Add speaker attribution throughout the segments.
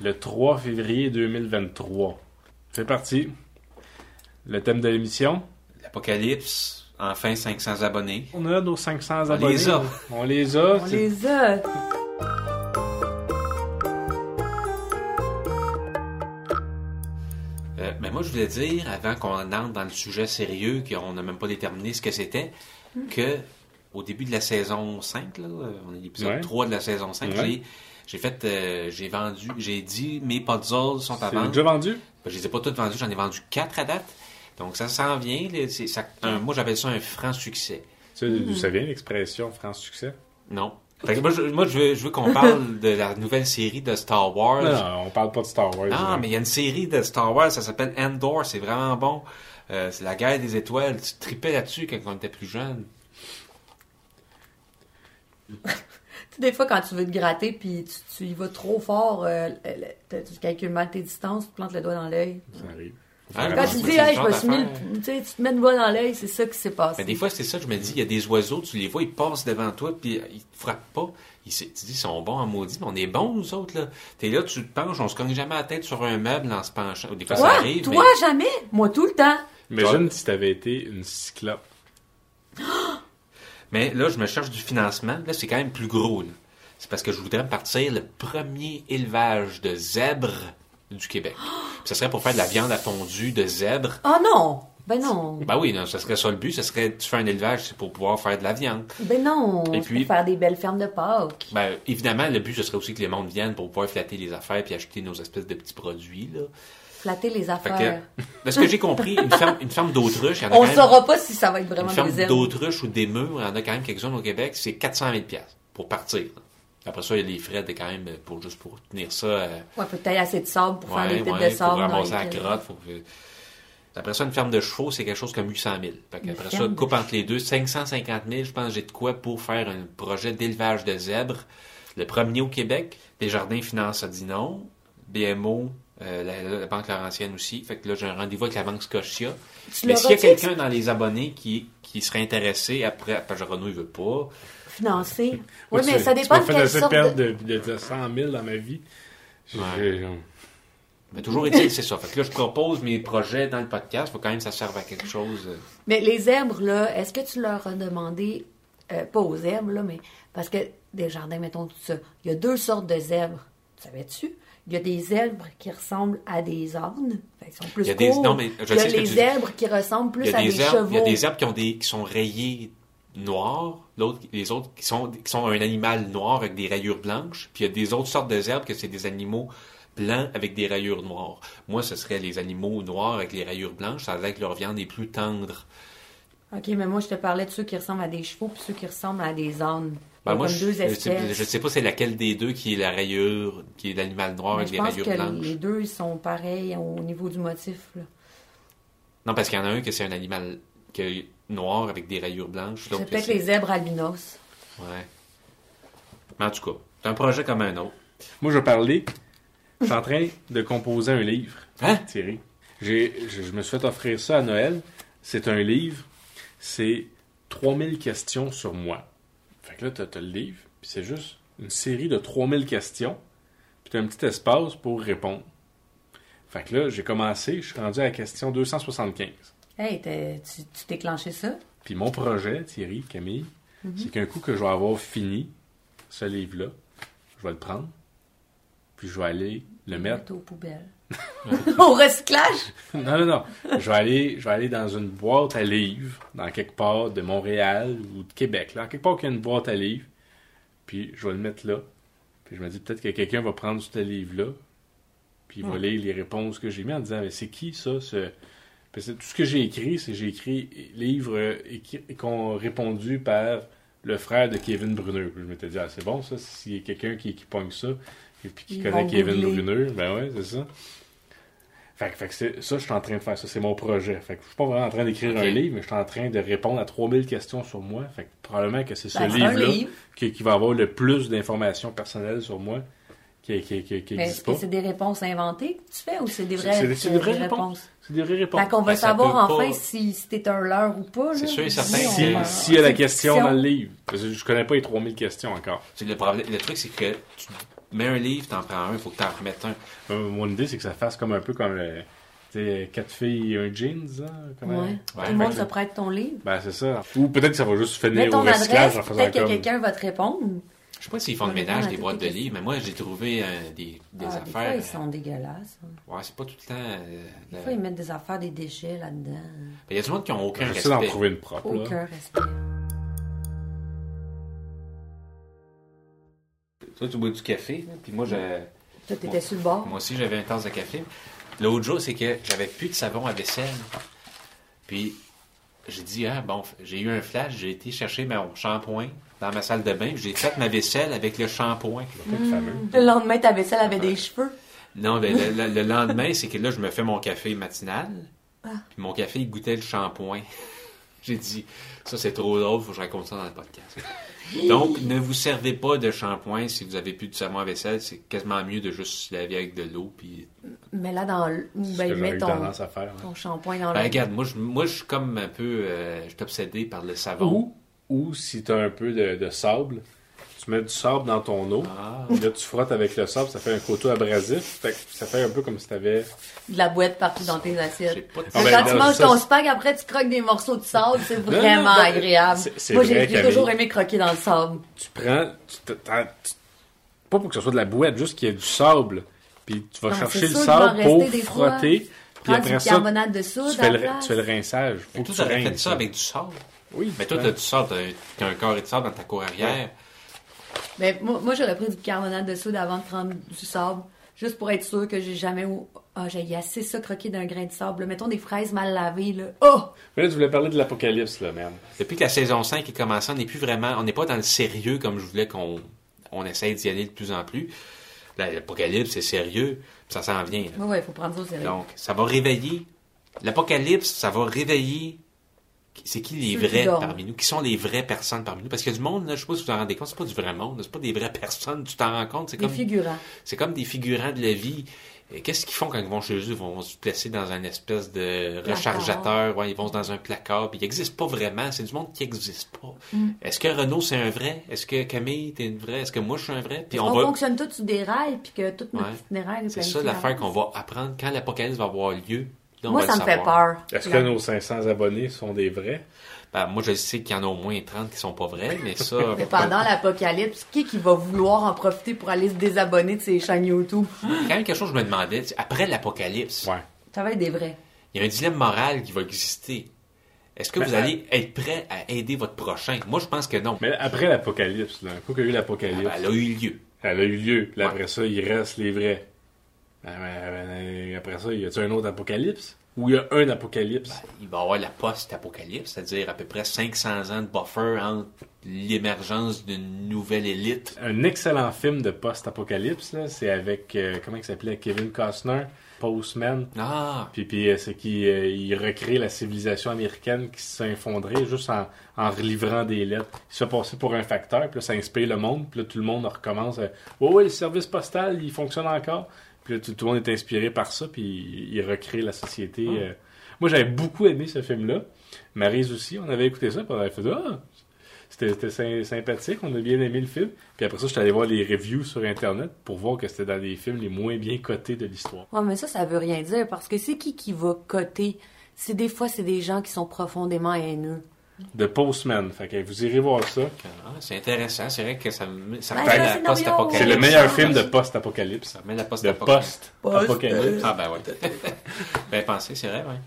Speaker 1: le 3 février 2023. C'est parti. Le thème de l'émission.
Speaker 2: L'Apocalypse, enfin 500 abonnés.
Speaker 1: On a nos 500
Speaker 2: On
Speaker 1: abonnés.
Speaker 2: les a.
Speaker 1: On les a.
Speaker 2: Ah,
Speaker 3: On
Speaker 1: C'est-
Speaker 3: les a.
Speaker 2: Euh, mais moi, je voulais dire, avant qu'on entre dans le sujet sérieux, qu'on n'a même pas déterminé ce que c'était,
Speaker 1: Hmm.
Speaker 2: que au début de la saison 5, là, euh, on est à l'épisode
Speaker 1: Ouais.
Speaker 2: 3 de la saison 5,
Speaker 1: Ouais.
Speaker 2: j'ai, j'ai fait, euh, j'ai vendu, j'ai dit mes puzzles sont à
Speaker 1: C'est
Speaker 2: vendre.
Speaker 1: déjà vendu.
Speaker 2: Ben, je les ai pas toutes vendues, j'en ai vendu 4 à date. Donc ça s'en vient. là, c'est- ça- un- moi, j'appelle ça un franc succès.
Speaker 1: Ça,
Speaker 3: Hmm.
Speaker 1: D'où ça vient l'expression France Succès?
Speaker 2: Non. Fait que moi, je, moi, je veux, je veux qu'on parle de la nouvelle série de Star Wars.
Speaker 3: Ah,
Speaker 1: Non, non, on parle pas de Star Wars.
Speaker 2: Ah,
Speaker 1: hein.
Speaker 2: mais il y a une série de Star Wars, ça s'appelle Endor, c'est vraiment bon. Euh, c'est la guerre des étoiles. Tu tripais là-dessus quand on était plus jeune.
Speaker 3: Tu sais, des fois, quand tu veux te gratter, puis tu, tu y vas trop fort, euh, le- le- t'as- tu calcules mal tes distances, tu plantes le doigt dans l'œil.
Speaker 1: Ça arrive.
Speaker 2: Ah,
Speaker 3: Quand
Speaker 2: ouais,
Speaker 3: tu
Speaker 2: c'est
Speaker 3: dis,
Speaker 2: le
Speaker 3: hey, je
Speaker 2: genre
Speaker 3: me suis mis,
Speaker 2: d'affaire.
Speaker 3: le- tu sais, tu te mets le doigt dans l'œil, c'est ça qui s'est passé.
Speaker 2: Mais des fois, c'est ça, je me dis, il y a des oiseaux, tu les vois, ils passent devant toi, puis euh, ils te frappent pas. Ils, se- tu dis, ils sont bons en maudit, mais on est bons, nous autres, là. T'es là, tu te penches, on se cogne jamais la tête sur un meuble en se penchant. Des fois,
Speaker 3: Quoi?
Speaker 2: ça arrive,
Speaker 3: Toi, jamais? Moi, tout le temps.
Speaker 1: Imagine si t'avais été une cyclope.
Speaker 2: mais, mais là, je me cherche du financement. Là, c'est quand même plus gros, là. C'est parce que je voudrais partir le premier élevage de zèbres du Québec. Puis ça serait pour faire de la viande à fondue de zèbres.
Speaker 3: Oh non! Ben non!
Speaker 2: Ben oui, non, ce serait ça le but. Ce serait, tu fais un élevage, c'est pour pouvoir faire de la viande.
Speaker 3: Ben non!
Speaker 2: Et
Speaker 3: C'est
Speaker 2: puis-
Speaker 3: pour faire des belles fermes de Pâques.
Speaker 2: Ben, évidemment, le but, ce serait aussi que les mondes viennent pour pouvoir flatter les affaires puis acheter nos espèces de petits produits, là.
Speaker 3: Flatter les
Speaker 2: Fait
Speaker 3: affaires.
Speaker 2: que, de ce que j'ai compris, une ferme, une ferme d'autruche, il y en a
Speaker 3: On
Speaker 2: quand même-
Speaker 3: saura pas si ça va être vraiment
Speaker 2: une
Speaker 3: des
Speaker 2: ferme
Speaker 3: ailes.
Speaker 2: d'autruche ou des murs, il y en a quand même quelques-unes au Québec, c'est 400 000 piastres pour partir. là. Après ça, il y a les frais de quand même euh, pour juste pour tenir ça. euh,
Speaker 3: Ouais, faut tailler assez de sable pour faire des
Speaker 2: ouais,
Speaker 3: têtes
Speaker 2: ouais,
Speaker 3: de
Speaker 2: faut
Speaker 3: sable.
Speaker 2: ramasser
Speaker 3: dans
Speaker 2: la
Speaker 3: les-
Speaker 2: crotte. Faut que- Après ça, une ferme de chevaux, c'est quelque chose comme 800 000. Fait
Speaker 3: Une
Speaker 2: Après ça,
Speaker 3: ferme de
Speaker 2: coupe entre les deux, 550 000, je pense que j'ai de quoi pour faire un projet d'élevage de zèbres. Le premier au Québec, Desjardins Finance a dit non, BMO, euh, la, la Banque Laurentienne aussi. Fait que là, j'ai un rendez-vous avec la Banque Scotia.
Speaker 3: Tu
Speaker 2: Mais
Speaker 3: l'auras
Speaker 2: s'il y a
Speaker 3: dit,
Speaker 2: quelqu'un dans les abonnés qui, qui serait intéressé après, après Jerono, il veut pas.
Speaker 3: Financer. Oui,
Speaker 1: Moi,
Speaker 3: mais
Speaker 1: tu-
Speaker 3: ça dépend
Speaker 1: tu m'as
Speaker 3: de
Speaker 1: fait
Speaker 3: quelle
Speaker 1: assez
Speaker 3: sorte
Speaker 1: perdre
Speaker 3: de...
Speaker 1: de... de, 100 000 dans ma vie. J'ai-
Speaker 2: Ouais.
Speaker 1: j'ai-
Speaker 2: Mais toujours est-il, c'est ça. Fait que là, je propose mes projets dans le podcast. Faut quand même que ça serve à quelque chose. euh,
Speaker 3: Mais les zèbres, là, est-ce que tu leur as demandé, euh, pas aux zèbres, là, mais parce que des jardins, mettons tout ça, il y a deux sortes de zèbres. Savais-tu? Il y a des zèbres qui ressemblent à des ânes. Fait qu'ils sont plus
Speaker 2: Il y a des-
Speaker 3: courts.
Speaker 2: non, mais je
Speaker 3: il y a
Speaker 2: sais ce que
Speaker 3: les
Speaker 2: tu dis.
Speaker 3: zèbres qui ressemblent
Speaker 2: Il y
Speaker 3: plus
Speaker 2: a
Speaker 3: à des,
Speaker 2: des herbes, il y a
Speaker 3: chevaux.
Speaker 2: des herbes qui ont des qui sont rayées noires, l'autre les autres qui sont qui sont un animal noir avec des rayures blanches, puis il y a des autres sortes de herbes que c'est des animaux blancs avec des rayures noires. Moi, ce serait les animaux noirs avec les rayures blanches, ça veut dire que leur viande est plus tendre.
Speaker 3: OK, mais moi, je te parlais de ceux qui ressemblent à des chevaux puis ceux qui ressemblent à des ânes.
Speaker 2: Ben,
Speaker 3: Donc,
Speaker 2: moi,
Speaker 3: comme
Speaker 2: je,
Speaker 3: deux
Speaker 2: je sais,
Speaker 3: espèces.
Speaker 2: je sais pas c'est laquelle des deux qui est la rayure, qui est l'animal noir
Speaker 3: Mais
Speaker 2: avec
Speaker 3: Ben, je
Speaker 2: des rayures
Speaker 3: pense que
Speaker 2: blanches.
Speaker 3: les deux, ils sont pareils au niveau du motif. Là.
Speaker 2: Non, parce qu'il y en a un que c'est un animal que- noir avec des rayures blanches. l'autre
Speaker 3: C'est
Speaker 2: que
Speaker 3: peut-être
Speaker 2: c'est-
Speaker 3: les zèbres albinos.
Speaker 2: Ouais. Mais en tout cas, c'est un projet comme un autre.
Speaker 1: Moi, je vais parler. Je suis en train de composer un livre,
Speaker 2: Hein?
Speaker 1: Thierry. J'ai, je, je me suis fait offrir ça à Noël. C'est un livre. C'est 3000 questions sur moi. Fait que là, t'as, t'as le livre, puis c'est juste une série de 3000 questions, puis t'as un petit espace pour répondre. Fait que là, j'ai commencé, je suis rendu à la question 275.
Speaker 3: Hey, t'es- tu tu déclenchais ça?
Speaker 1: Puis mon projet, Thierry, Camille, c'est qu'un coup que je vais avoir fini ce livre-là, je vais le prendre, puis je vais aller le mettre.
Speaker 3: Mettre aux poubelles. au recyclage?
Speaker 1: Non, non, non. Je vais aller, je vais aller dans une boîte à livres, dans quelque part de Montréal ou de Québec. Là, quelque part qu'il y a une boîte à livres, puis je vais le mettre là. Puis je me dis peut-être que quelqu'un va prendre ce livre-là, puis il
Speaker 3: Hmm.
Speaker 1: va lire les réponses que j'ai mis en disant, mais c'est qui ça, ce... Parce que tout ce que j'ai écrit, c'est j'ai écrit livres euh, écri- qu'on répondu par le frère de Kevin Bruneux. Puis Je m'étais dit, ah, c'est bon ça, s'il y a quelqu'un qui, qui pogne ça, et puis qui
Speaker 3: Ils
Speaker 1: connaît
Speaker 3: vont
Speaker 1: Kevin
Speaker 3: googler.
Speaker 1: Bruneux, ben ouais, c'est ça. Fait, que- fait que c'est- ça, je suis en train de faire ça, c'est mon projet. Fait que je suis pas vraiment en train d'écrire
Speaker 2: Ok.
Speaker 1: un livre, mais je suis en train de répondre à 3000 questions sur moi. Fait que probablement que c'est ce
Speaker 3: Ben, c'est un
Speaker 1: livre-là
Speaker 3: livre.
Speaker 1: qui, qui va avoir le plus d'informations personnelles sur moi qui, qui, qui, qui
Speaker 3: Mais
Speaker 1: existe
Speaker 3: est-ce que
Speaker 1: pas.
Speaker 3: Ben, c'est des réponses inventées que tu fais ou c'est des
Speaker 1: C'est-
Speaker 3: vraies,
Speaker 1: c'est des- c'est des vraies réponses. C'est des vraies réponses.
Speaker 3: Fait qu'on va
Speaker 2: Ben, ça
Speaker 3: savoir
Speaker 2: peut
Speaker 3: enfin
Speaker 2: pas-
Speaker 3: si, si t'es un leurre ou pas.
Speaker 2: C'est
Speaker 3: là.
Speaker 2: sûr et
Speaker 3: Oui,
Speaker 2: certain
Speaker 3: on
Speaker 1: Si,
Speaker 2: que-
Speaker 3: va-
Speaker 1: Ben, s'il y a la
Speaker 3: hein. c'est
Speaker 1: question
Speaker 3: fiction.
Speaker 1: dans le livre. Parce que je connais pas les 3000 questions encore.
Speaker 2: C'est le problème. Le truc, c'est que tu, mets un livre, t'en prends un, il faut que t'en remettes un.
Speaker 1: Euh, mon idée, c'est que ça fasse comme un peu comme le, tu sais, quatre filles et un jeans. Hein,
Speaker 3: Ouais.
Speaker 1: comment-
Speaker 3: Tout le monde
Speaker 1: fait
Speaker 3: se
Speaker 1: que-
Speaker 3: prête ton livre.
Speaker 1: Ben, c'est ça. Ou peut-être que ça va juste
Speaker 3: Mets
Speaker 1: finir au
Speaker 3: ton adresse,
Speaker 1: recyclage en faisant
Speaker 3: peut-être que
Speaker 1: comme.
Speaker 3: quelqu'un va te répondre.
Speaker 2: Je sais pas s'ils font le
Speaker 3: Ouais,
Speaker 2: ménage
Speaker 3: ouais,
Speaker 2: des
Speaker 3: tout
Speaker 2: boîtes
Speaker 3: est
Speaker 2: de
Speaker 3: question.
Speaker 2: livres, mais moi, j'ai trouvé euh, des, des
Speaker 3: Ah, des fois,
Speaker 2: affaires.
Speaker 3: ils sont dégueulasses. hein.
Speaker 2: euh, Ouais, c'est pas tout le temps. euh,
Speaker 3: Des
Speaker 2: la-
Speaker 3: fois, ils mettent des affaires, des déchets là-dedans.
Speaker 2: Il y a du monde qui n'ont aucun
Speaker 1: J'essaie
Speaker 2: respect.
Speaker 1: d'en trouver une propre. là.
Speaker 3: Aucun respect.
Speaker 2: Toi, tu bois du café, là, puis moi, je...
Speaker 3: Toi, t'étais sur le bord.
Speaker 2: moi aussi, j'avais un tasse de café. L'autre jour, c'est que j'avais plus de savon à vaisselle. Puis, j'ai dit, ah, bon, j'ai eu un flash, j'ai été chercher mon shampoing dans ma salle de bain, puis j'ai fait ma vaisselle avec le shampoing.
Speaker 1: Peut-être fameux.
Speaker 3: Le lendemain, ta vaisselle avait des cheveux.
Speaker 2: Non, ben, le, le- le lendemain, c'est que là, je me fais mon café matinal. Puis mon café, il goûtait le shampoing. J'ai dit, ça, c'est trop drôle, faut que je raconte ça dans le podcast. Donc, ne vous servez pas de shampoing si vous avez plus de savon à vaisselle. C'est quasiment mieux de juste se laver avec de l'eau. Puis...
Speaker 3: Mais là, dans le...
Speaker 1: C'est ce que
Speaker 3: ben,
Speaker 1: j'aurais
Speaker 3: mets
Speaker 1: eu
Speaker 3: ton,
Speaker 1: tendance à faire. hein.
Speaker 3: ton shampoing dans
Speaker 2: Ben,
Speaker 3: le...
Speaker 2: regarde, moi je, moi, je suis comme un peu... euh, je suis obsédé par le savon.
Speaker 1: Ou, ou si t'as un peu de, de sable, tu mets du sable dans ton eau.
Speaker 2: Ah.
Speaker 1: Là, tu frottes avec le sable, ça fait un coteau abrasif. Fait que ça fait un peu comme si t'avais.
Speaker 3: de la boîte partout dans tes
Speaker 2: J'ai
Speaker 3: assiettes.
Speaker 2: pas de-
Speaker 1: Ah, ben,
Speaker 3: quand tu
Speaker 1: non,
Speaker 3: manges
Speaker 1: ça,
Speaker 3: ton
Speaker 1: c'est-
Speaker 3: spag, après tu croques des morceaux de sable, c'est
Speaker 1: non,
Speaker 3: vraiment
Speaker 1: non, ben,
Speaker 3: agréable.
Speaker 1: c'est- c'est
Speaker 3: Moi,
Speaker 1: vrai,
Speaker 3: j'ai j'ai
Speaker 1: Camille.
Speaker 3: toujours aimé croquer dans le sable.
Speaker 1: Tu prends. Tu, te- t'en- tu- pas pour que ce soit de la bouette, juste qu'il y ait du sable. Puis tu vas
Speaker 3: Non,
Speaker 1: chercher
Speaker 3: c'est
Speaker 1: le
Speaker 3: sûr qu'il va
Speaker 1: sable
Speaker 3: en
Speaker 1: pour
Speaker 3: rester des fois.
Speaker 1: frotter. Puis
Speaker 3: Prends
Speaker 1: après
Speaker 3: du
Speaker 1: ça,
Speaker 3: carbonate de
Speaker 1: tu
Speaker 3: soude à
Speaker 1: fais,
Speaker 3: la
Speaker 1: le, tu
Speaker 3: place.
Speaker 1: fais le rinçage. Faut
Speaker 2: Fait
Speaker 1: que
Speaker 2: que toi,
Speaker 1: tu
Speaker 2: t'aurais fait
Speaker 1: rinces.
Speaker 2: ça avec du sable.
Speaker 1: Oui, ben,
Speaker 2: Mais toi,
Speaker 1: tu
Speaker 2: t'as du sable, t'as- t'as un carré de sable dans ta cour arrière.
Speaker 3: Ben, moi, moi, j'aurais pris du carbonate de soude avant de prendre du sable, juste pour être sûr que j'ai jamais... Ah, j'ai assez ça croqué d'un grain de sable. là. Mettons des fraises mal lavées, là. Oh!
Speaker 1: Mais là, tu voulais parler de l'apocalypse, là, merde.
Speaker 2: Depuis que la saison 5 est commencée, on n'est plus vraiment, on n'est pas dans le sérieux comme je voulais qu'on on essaye d'y aller de plus en plus. Là, L'apocalypse, c'est sérieux, puis ça s'en vient. là.
Speaker 3: Oui, il faut prendre ça au sérieux.
Speaker 2: Donc, ça va réveiller. L'apocalypse, ça va réveiller. C'est qui les
Speaker 3: Ceux qui
Speaker 2: vrais
Speaker 3: dorment.
Speaker 2: parmi nous? Qui sont les vraies personnes parmi nous? Parce qu'il y a du monde, là, je sais pas si vous vous en rendez compte, c'est pas du vrai monde, c'est pas des vraies personnes, tu t'en rends compte, c'est
Speaker 3: Des
Speaker 2: comme,
Speaker 3: figurants.
Speaker 2: c'est comme des figurants de la vie. Et Qu'est-ce qu'ils font quand ils vont chez eux? Ils vont se placer dans un espèce de rechargateur, ouais, ils vont dans un placard, puis ils n'existent pas vraiment, c'est du monde qui n'existe pas.
Speaker 3: Mm.
Speaker 2: Est-ce que Renaud, c'est un vrai? Est-ce que Camille, t'es une vraie? Est-ce que moi, je suis un vrai? Puis
Speaker 3: On,
Speaker 2: on va...
Speaker 3: fonctionne tous sur des rails, puis que toute notre
Speaker 2: Ouais.
Speaker 3: itinéraire est
Speaker 2: C'est ça l'affaire qu'on va apprendre quand l'apocalypse va avoir lieu. là, on
Speaker 3: Moi,
Speaker 2: va
Speaker 3: ça
Speaker 2: le
Speaker 3: me fait
Speaker 2: savoir.
Speaker 3: peur.
Speaker 1: Est-ce que
Speaker 3: La-
Speaker 1: nos 500 abonnés sont des vrais?
Speaker 2: Ben, moi, je sais qu'il y en a au moins 30 qui sont pas vrais, mais ça...
Speaker 3: Mais pendant l'apocalypse, qui qui va vouloir en profiter pour aller se désabonner de ses chaînes YouTube?
Speaker 2: quand même quelque chose que je me demandais, tu sais, après l'apocalypse,
Speaker 1: Ouais.
Speaker 3: Ça va être des vrais.
Speaker 2: il y a un dilemme moral qui va exister. Est-ce que
Speaker 1: Ben,
Speaker 2: vous allez être prêt à aider votre prochain? Moi, je pense que non.
Speaker 1: Mais après l'apocalypse, là, un coup qu'il y a eu
Speaker 2: Ah,
Speaker 1: l'apocalypse,
Speaker 2: ben, elle a eu lieu.
Speaker 1: elle a eu lieu. Puis
Speaker 2: Ouais.
Speaker 1: après ça, il reste les vrais. Ben, ben, ben, après ça, y a-tu un autre apocalypse? Ou il y a un apocalypse?
Speaker 2: Il va y avoir la post-apocalypse, c'est-à-dire à peu près 500 ans de buffer entre l'émergence d'une nouvelle élite.
Speaker 1: Un excellent film de post-apocalypse, là, c'est avec, euh, comment il s'appelait, Kevin Costner, Postman.
Speaker 2: Ah!
Speaker 1: Puis, puis euh, c'est qu'il euh, il recrée la civilisation américaine qui s'est effondrée juste en, en relivrant des lettres. Il se fait passer pour un facteur, puis là, ça inspire le monde, puis là, tout le monde recommence. à « Ouais, ouais, le service postal, il fonctionne encore. » Puis là, tout, tout le monde est inspiré par ça, puis il, il recrée la société.
Speaker 2: Ah.
Speaker 1: euh. Moi, j'avais beaucoup aimé ce film-là. Maryse aussi, on avait écouté ça, puis on avait fait « Ah! » C'était c'était sy- sympathique, on a bien aimé le film. Puis après ça, je suis allé voir les reviews sur Internet pour voir que c'était dans les films les moins bien cotés de l'histoire.
Speaker 3: Ouais, mais ça, ça veut rien dire, parce que c'est qui qui va coter? C'est des fois, c'est des gens qui sont profondément haineux.
Speaker 1: de Postman. Fait que vous irez voir ça.
Speaker 2: Ah, c'est intéressant, c'est vrai que ça, me- ça
Speaker 3: Ben,
Speaker 2: me met
Speaker 3: le
Speaker 2: la
Speaker 3: scénario!
Speaker 2: post-apocalypse.
Speaker 1: C'est le meilleur film de post-apocalypse.
Speaker 2: Ça met la
Speaker 1: De
Speaker 2: post-apocalypse.
Speaker 1: post-apocalypse.
Speaker 2: Ah ben ouais. ben pensez, c'est vrai, ouais.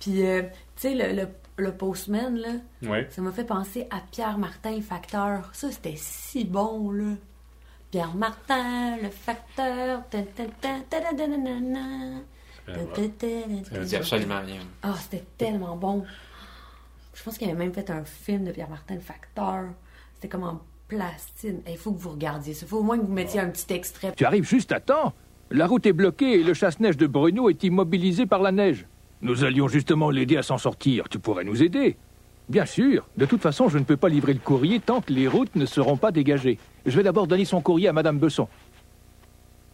Speaker 3: Puis, euh, tu sais, le, le, le postman, là,
Speaker 1: Ouais.
Speaker 3: Ça m'a fait penser à Pierre Martin Facteur. Ça, c'était si bon, là. Pierre Martin, le facteur. Tan, tan, tan, tadadadadana.
Speaker 1: Euh,
Speaker 3: Tan,
Speaker 1: voilà.
Speaker 3: tan, tan,
Speaker 2: Ça
Speaker 3: tan.
Speaker 2: me dit absolument rien.
Speaker 3: Ah, c'était tellement bon. Je pense qu'il avait même fait un film de Pierre Martin le facteur. C'était comme en plastine. Il faut que vous regardiez ça. Il faut au moins que vous mettiez un petit extrait.
Speaker 4: Tu arrives juste à temps. La route est bloquée et le chasse-neige de Bruno est immobilisé par la neige. Nous allions justement l'aider à s'en sortir. Tu pourrais nous aider. Bien sûr. De toute façon, je ne peux pas livrer le courrier tant que les routes ne seront pas dégagées. Je vais d'abord donner son courrier à Madame Besson.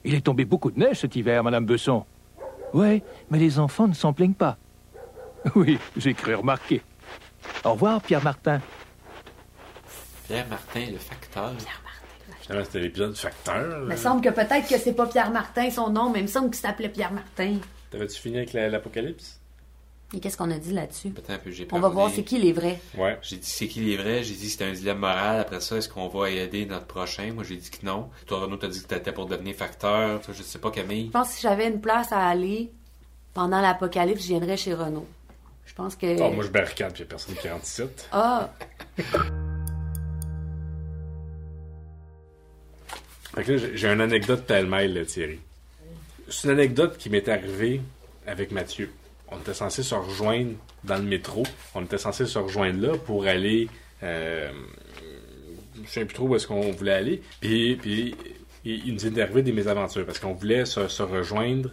Speaker 4: Il est tombé beaucoup de neige cet hiver, Madame Besson. Ouais, mais les enfants ne s'en plaignent pas. Oui, j'ai cru remarquer. Au revoir, Pierre Martin.
Speaker 2: Pierre Martin, le facteur.
Speaker 3: Pierre Martin le facteur.
Speaker 1: Finalement, c'était l'épisode Facteur.
Speaker 3: Il
Speaker 1: là.
Speaker 3: me semble que peut-être que c'est pas Pierre Martin son nom, mais il me semble qu'il s'appelait Pierre Martin.
Speaker 1: T'avais-tu fini avec la- l'apocalypse?
Speaker 3: Et qu'est-ce qu'on a dit là-dessus?
Speaker 2: Attends un peu, j'ai
Speaker 3: On va
Speaker 2: parlé.
Speaker 3: voir c'est qui les vrais.
Speaker 1: Ouais.
Speaker 2: J'ai dit c'est qui les vrais, j'ai dit c'est un dilemme moral, après ça, est-ce qu'on va aider notre prochain? Moi j'ai dit que non. Toi Renaud t'as dit que t'étais pour devenir facteur, Toi, je sais pas Camille.
Speaker 3: Je pense que si j'avais une place à aller pendant l'apocalypse, je viendrais chez Renault. Je pense que.
Speaker 1: Oh, moi, je barricade, puis il y a personne qui rentre ici.
Speaker 3: Ah,
Speaker 1: Fait que là, j'ai- j'ai une anecdote pêle-mêle, là, Thierry. C'est une anecdote qui m'est arrivée avec Mathieu. On était censé se rejoindre dans le métro. On était censé se rejoindre là pour aller. Euh, je ne sais plus trop où est-ce qu'on voulait aller. Puis, puis il, il nous est arrivé des mésaventures parce qu'on voulait se, se rejoindre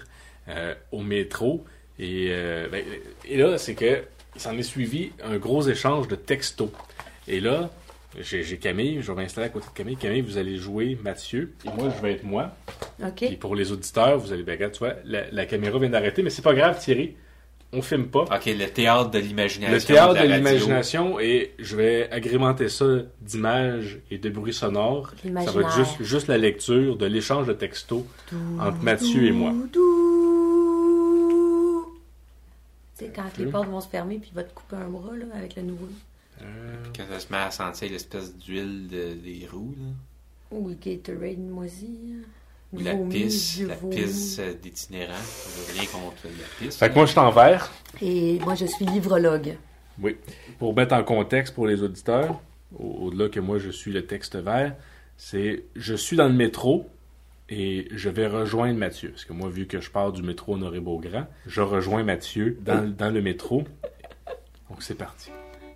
Speaker 1: euh, au métro. Et, euh, ben, et là, c'est que il s'en est suivi un gros échange de textos. Et là, j'ai j'ai Camille, je vais m'installer à côté de Camille. Camille, vous allez jouer Mathieu. Et moi, je vais être moi.
Speaker 3: OK.
Speaker 1: Et pour les auditeurs, vous allez. Ben, regarde, tu vois, la, la caméra vient d'arrêter, mais c'est pas grave, Thierry. On filme pas.
Speaker 2: Ok, le théâtre de l'imagination.
Speaker 1: Le théâtre
Speaker 2: la
Speaker 1: de
Speaker 2: radio.
Speaker 1: l'imagination et je vais agrémenter ça d'images et de bruits sonores. Ça va
Speaker 3: L'imaginaire.
Speaker 1: être juste, juste la lecture de l'échange de textos entre Mathieu et moi.
Speaker 3: Doudou. Tu sais, quand les
Speaker 1: Mathieu.
Speaker 3: portes vont se fermer, puis il va te couper un bras là, avec le nouveau.
Speaker 2: Quand ça se met à sentir l'espèce d'huile de- des roues, là.
Speaker 3: Ou Oh, le Gatorade moisi. hein.
Speaker 2: Ou la
Speaker 3: Vomi,
Speaker 2: pisse,
Speaker 3: du
Speaker 2: la
Speaker 3: vomi.
Speaker 2: pisse euh, d'itinérant. Je veux rien contre la pisse.
Speaker 1: Fait que moi, je suis en vert.
Speaker 3: Et moi, je suis livrologue.
Speaker 1: Oui. Pour mettre en contexte pour les auditeurs, au- au-delà que moi je suis le texte vert, c'est je suis dans le métro et je vais rejoindre Mathieu. Parce que moi, vu que je pars du métro Honoré-Beaugrand, je rejoins Mathieu dans, dans le métro. Donc c'est parti.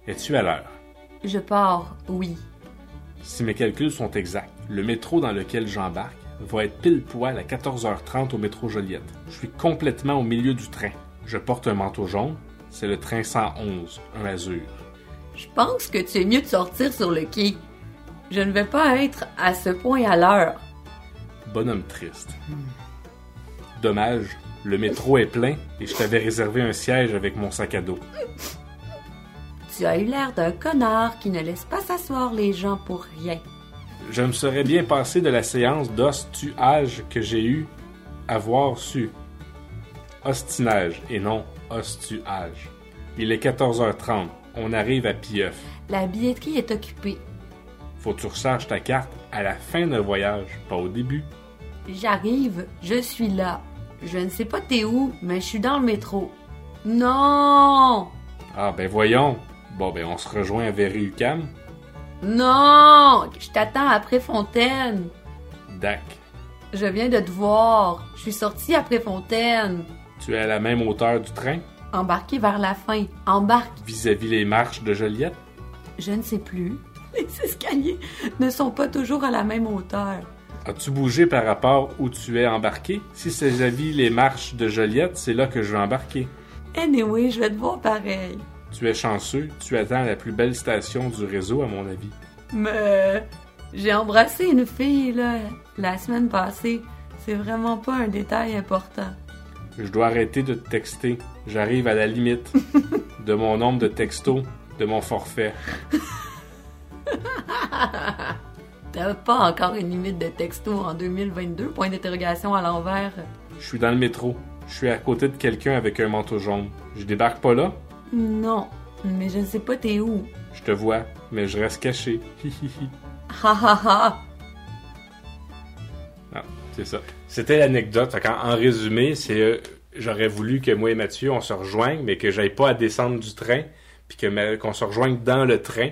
Speaker 1: Es-tu à l'heure?
Speaker 3: Je pars, oui.
Speaker 1: Si mes calculs sont exacts, le métro dans lequel j'embarque va être pile poil à 14h30 au métro Joliette. Je suis complètement au milieu du train. Je porte un manteau jaune. C'est le train 111, un azur.
Speaker 3: Je pense que tu es mieux de sortir sur le quai. Je ne vais pas être à ce point à l'heure.
Speaker 1: Bonhomme triste. Dommage, le métro est plein et je t'avais réservé un siège avec mon sac à dos.
Speaker 3: Tu as eu l'air d'un connard qui ne laisse pas s'asseoir les gens pour rien.
Speaker 1: Je me serais bien passé de la séance d'ostuage que j'ai eu avoir su. Ostinage et non ostuage. Il est 14h30. On arrive à Pieuf.
Speaker 3: La billetterie est occupée.
Speaker 1: Faut que tu recharges ta carte à la fin d'un voyage, pas au début.
Speaker 3: J'arrive, je suis là. Je ne sais pas t'es où, mais je suis dans le métro. Non!
Speaker 1: Ah ben voyons. Bon ben on se rejoint à Verrucam.
Speaker 3: Non! Je t'attends après Fontaine.
Speaker 1: Dac.
Speaker 3: Je viens de te voir. Je suis sortie après Fontaine.
Speaker 1: Tu es à la même hauteur du train,
Speaker 3: Embarqué vers la fin. Embarque.
Speaker 1: vis-à-vis les marches de Joliette.
Speaker 3: Je ne sais plus. Les escaliers ne sont pas toujours à la même hauteur.
Speaker 1: As-tu bougé par rapport où tu es embarqué? Si c'est vis les marches de Joliette, c'est là que je vais embarquer.
Speaker 3: Anyway, je vais te voir pareil.
Speaker 1: Tu es chanceux, tu attends la plus belle station du réseau, à mon avis.
Speaker 3: Mais j'ai embrassé une fille là, la semaine passée. C'est vraiment pas un détail important.
Speaker 1: Je dois arrêter de te texter. J'arrive à la limite de mon nombre de textos, de mon forfait.
Speaker 3: T'as pas encore une limite de texto en 2022 Point d'interrogation à l'envers.
Speaker 1: Je suis dans le métro. Je suis à côté de quelqu'un avec un manteau jaune. Je débarque pas là?
Speaker 3: Non, mais je ne sais pas t'es où.
Speaker 1: Je te vois, mais je reste caché. Hi, hi, hi.
Speaker 3: Ha ha ha.
Speaker 1: Ah, c'est ça. C'était l'anecdote. Fait qu'en- en, résumé, c'est euh, j'aurais voulu que moi et Mathieu, on se rejoigne, mais que j'aille pas à descendre du train, puis que ma- qu'on se rejoigne dans le train.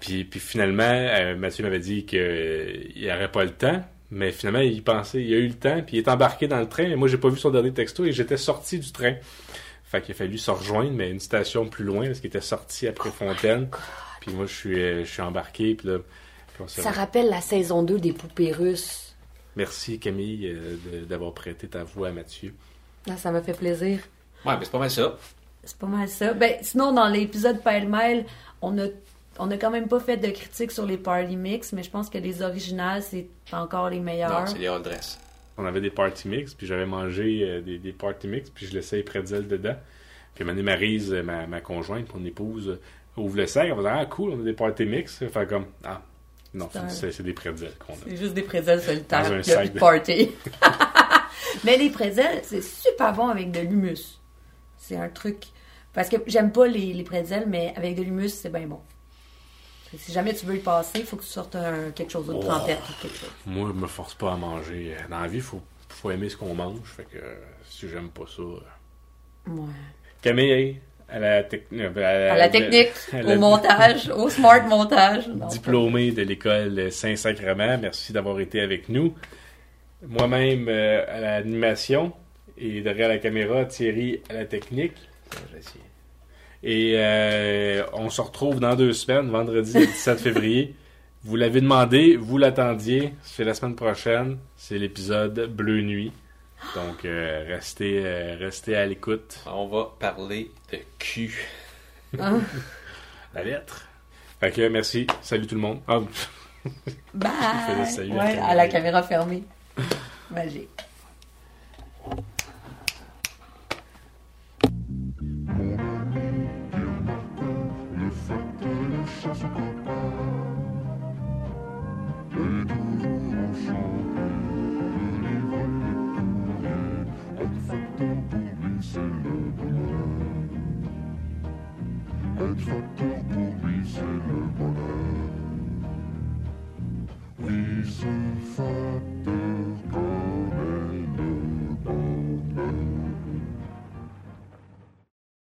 Speaker 1: Puis, puis finalement, euh, Mathieu m'avait dit qu'il il n'aurait pas le temps, mais finalement, il pensait, il a eu le temps, puis il est embarqué dans le train, mais moi, j'ai pas vu son dernier texto et j'étais sorti du train. Fait qu'il a fallu se rejoindre, mais une station plus loin, parce qu'il était sorti après Fontaine. Puis moi, je suis, euh, je suis embarqué, puis là, puis on s'est
Speaker 3: Ça rappelle la saison 2 des poupées russes.
Speaker 1: Merci Camille euh, de- d'avoir prêté ta voix à Mathieu.
Speaker 3: Ah, ça m'a fait plaisir.
Speaker 2: Ouais, mais c'est pas mal ça.
Speaker 3: C'est pas mal ça. Ben, sinon, dans l'épisode pêle-mêle, on a, on a quand même pas fait de critiques sur les party mix, mais je pense que les originales, c'est encore les meilleurs.
Speaker 2: Non, c'est les all dress.
Speaker 1: On avait des party mix, puis j'avais mangé euh, des, des party mix, puis je laissais les pretzels dedans. Puis Mané Marise, euh, ma, ma conjointe, mon épouse, euh, ouvre le sac en faisant Ah cool, on a des party mix. Fait comme Ah, Non,
Speaker 3: C'est un-
Speaker 1: c'est c'est des prédils qu'on a.
Speaker 3: C'est juste des prétzels solitaires.
Speaker 1: Dans un
Speaker 3: Il y a
Speaker 1: sac
Speaker 3: plus de
Speaker 1: de-
Speaker 3: party. Mais les prétzels, c'est super bon avec de l'humus. C'est un truc. Parce que j'aime pas les, les prétzels, mais avec de l'humus, c'est bien bon. Fait que Si jamais tu veux y passer, il faut que tu sortes un- quelque chose, une
Speaker 1: Oh.
Speaker 3: trempette ou quelque chose.
Speaker 1: Moi, je me force pas à manger. Dans la vie, faut, faut aimer ce qu'on mange. Fait que euh, si j'aime pas ça. euh.
Speaker 3: Ouais.
Speaker 1: Camille, à la, tec- euh,
Speaker 3: À la technique,
Speaker 1: à la-
Speaker 3: au montage, au smart montage. Non,
Speaker 1: diplômée de l'école Saint-Sacrement. Merci d'avoir été avec nous. Moi-même euh, à l'animation et derrière la caméra, Thierry à la technique. Et euh, on se retrouve dans deux semaines, vendredi le 17 février. Vous l'avez demandé, vous l'attendiez. C'est la semaine prochaine. C'est l'épisode Bleu Nuit. Donc, euh, restez, euh, restez à l'écoute.
Speaker 2: On va parler de cul.
Speaker 1: La lettre. Fait que merci. Salut tout le monde. Ah,
Speaker 3: Bye!
Speaker 1: fait des saluts à la
Speaker 3: Ouais, à la caméra fermée. Magique.
Speaker 5: Mon ami Pierre-Martin, le fat, le chat, son copain. Elle est toujours enchantée de livrer les courriers, acceptant pour lui c'est le bonheur. Être facteur pour lui c'est le bonheur. Oui, c'est facteur.